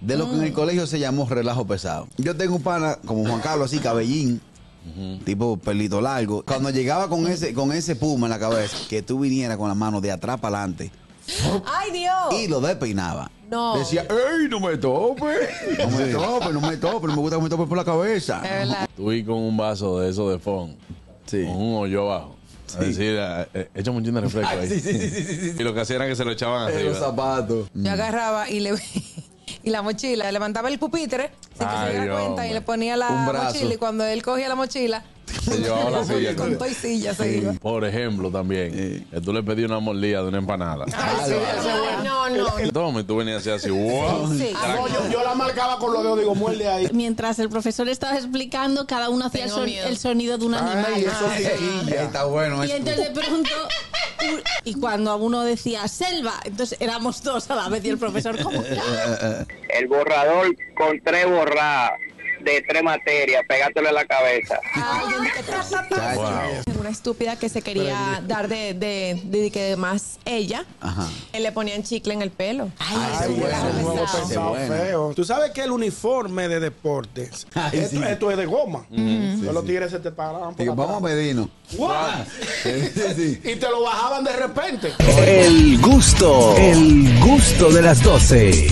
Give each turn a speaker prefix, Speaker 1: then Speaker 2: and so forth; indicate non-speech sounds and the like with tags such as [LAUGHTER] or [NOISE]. Speaker 1: de lo que en el colegio se llamó relajo pesado. Yo tengo un pana como Juan Carlos así, cabellín, tipo pelito largo. Cuando llegaba con ese, con ese puma en la cabeza, que tú vinieras con la mano de atrás para adelante
Speaker 2: ¡Ay, Dios!
Speaker 1: y lo despeinaba.
Speaker 2: No.
Speaker 1: Decía, ¡ey, no me tope! No me tope, no me tope, no me gusta que me tope por la cabeza.
Speaker 2: Es verdad.
Speaker 3: [LAUGHS] Tú ir con un vaso de eso de fondo,
Speaker 1: Sí.
Speaker 3: con un hoyo abajo. A decir, ah, eh, échame un chin de refresco ahí.
Speaker 4: sí, sí, sí, sí, sí,
Speaker 3: Y lo que hacían era que se lo echaban
Speaker 4: En los
Speaker 3: arriba.
Speaker 4: zapatos.
Speaker 1: "Mm".
Speaker 2: Yo agarraba y le [LAUGHS] y la mochila, levantaba el pupitre sin que
Speaker 3: Ay,
Speaker 2: se diera cuenta
Speaker 3: hombre.
Speaker 2: y le ponía la
Speaker 1: Un brazo.
Speaker 2: mochila y cuando él cogía la mochila,
Speaker 3: Se llevaba la silla.
Speaker 2: con todo y silla se iba.
Speaker 3: Por ejemplo, también, que tú le pedí una mordida de una empanada.
Speaker 2: Ay, no, no.
Speaker 3: Toma, y tú venías así, así, wow.
Speaker 2: Sí.
Speaker 5: Ah, no, yo, yo la marcaba con los dedos, digo, muerde ahí.
Speaker 6: Mientras el profesor estaba explicando, cada uno hacía el,
Speaker 2: Tengo
Speaker 6: son-
Speaker 2: miedo.
Speaker 6: el sonido de un animal.
Speaker 1: Ay, eso sí, quilla. está bueno.
Speaker 6: Y
Speaker 1: eso.
Speaker 6: entonces le preguntó. u- Y cuando a uno decía selva, entonces éramos dos a la vez y el profesor como.
Speaker 7: El borrador con tres borradas de tres materias, pegátelo en la cabeza.
Speaker 1: Chacho.
Speaker 2: Una estúpida que se quería dar de, de, que además ella
Speaker 1: Ajá.
Speaker 2: le ponían chicle en el pelo.
Speaker 1: Ay,
Speaker 5: Ay,
Speaker 1: bueno,
Speaker 5: eso es un nuevo
Speaker 1: pesado.
Speaker 5: pesado
Speaker 1: Bueno.
Speaker 5: feo. Tú sabes que el uniforme de deportes,
Speaker 1: [LAUGHS] Ay,
Speaker 5: esto,
Speaker 1: sí.
Speaker 5: esto es de goma. Entonces los tigres se te paraban por
Speaker 1: Digo,
Speaker 5: atrás.
Speaker 1: vamos a medirnos.
Speaker 5: ¡Guau!
Speaker 1: Sí, sí, sí.
Speaker 5: Y te lo bajaban de repente.
Speaker 8: El gusto, el gusto de las 12.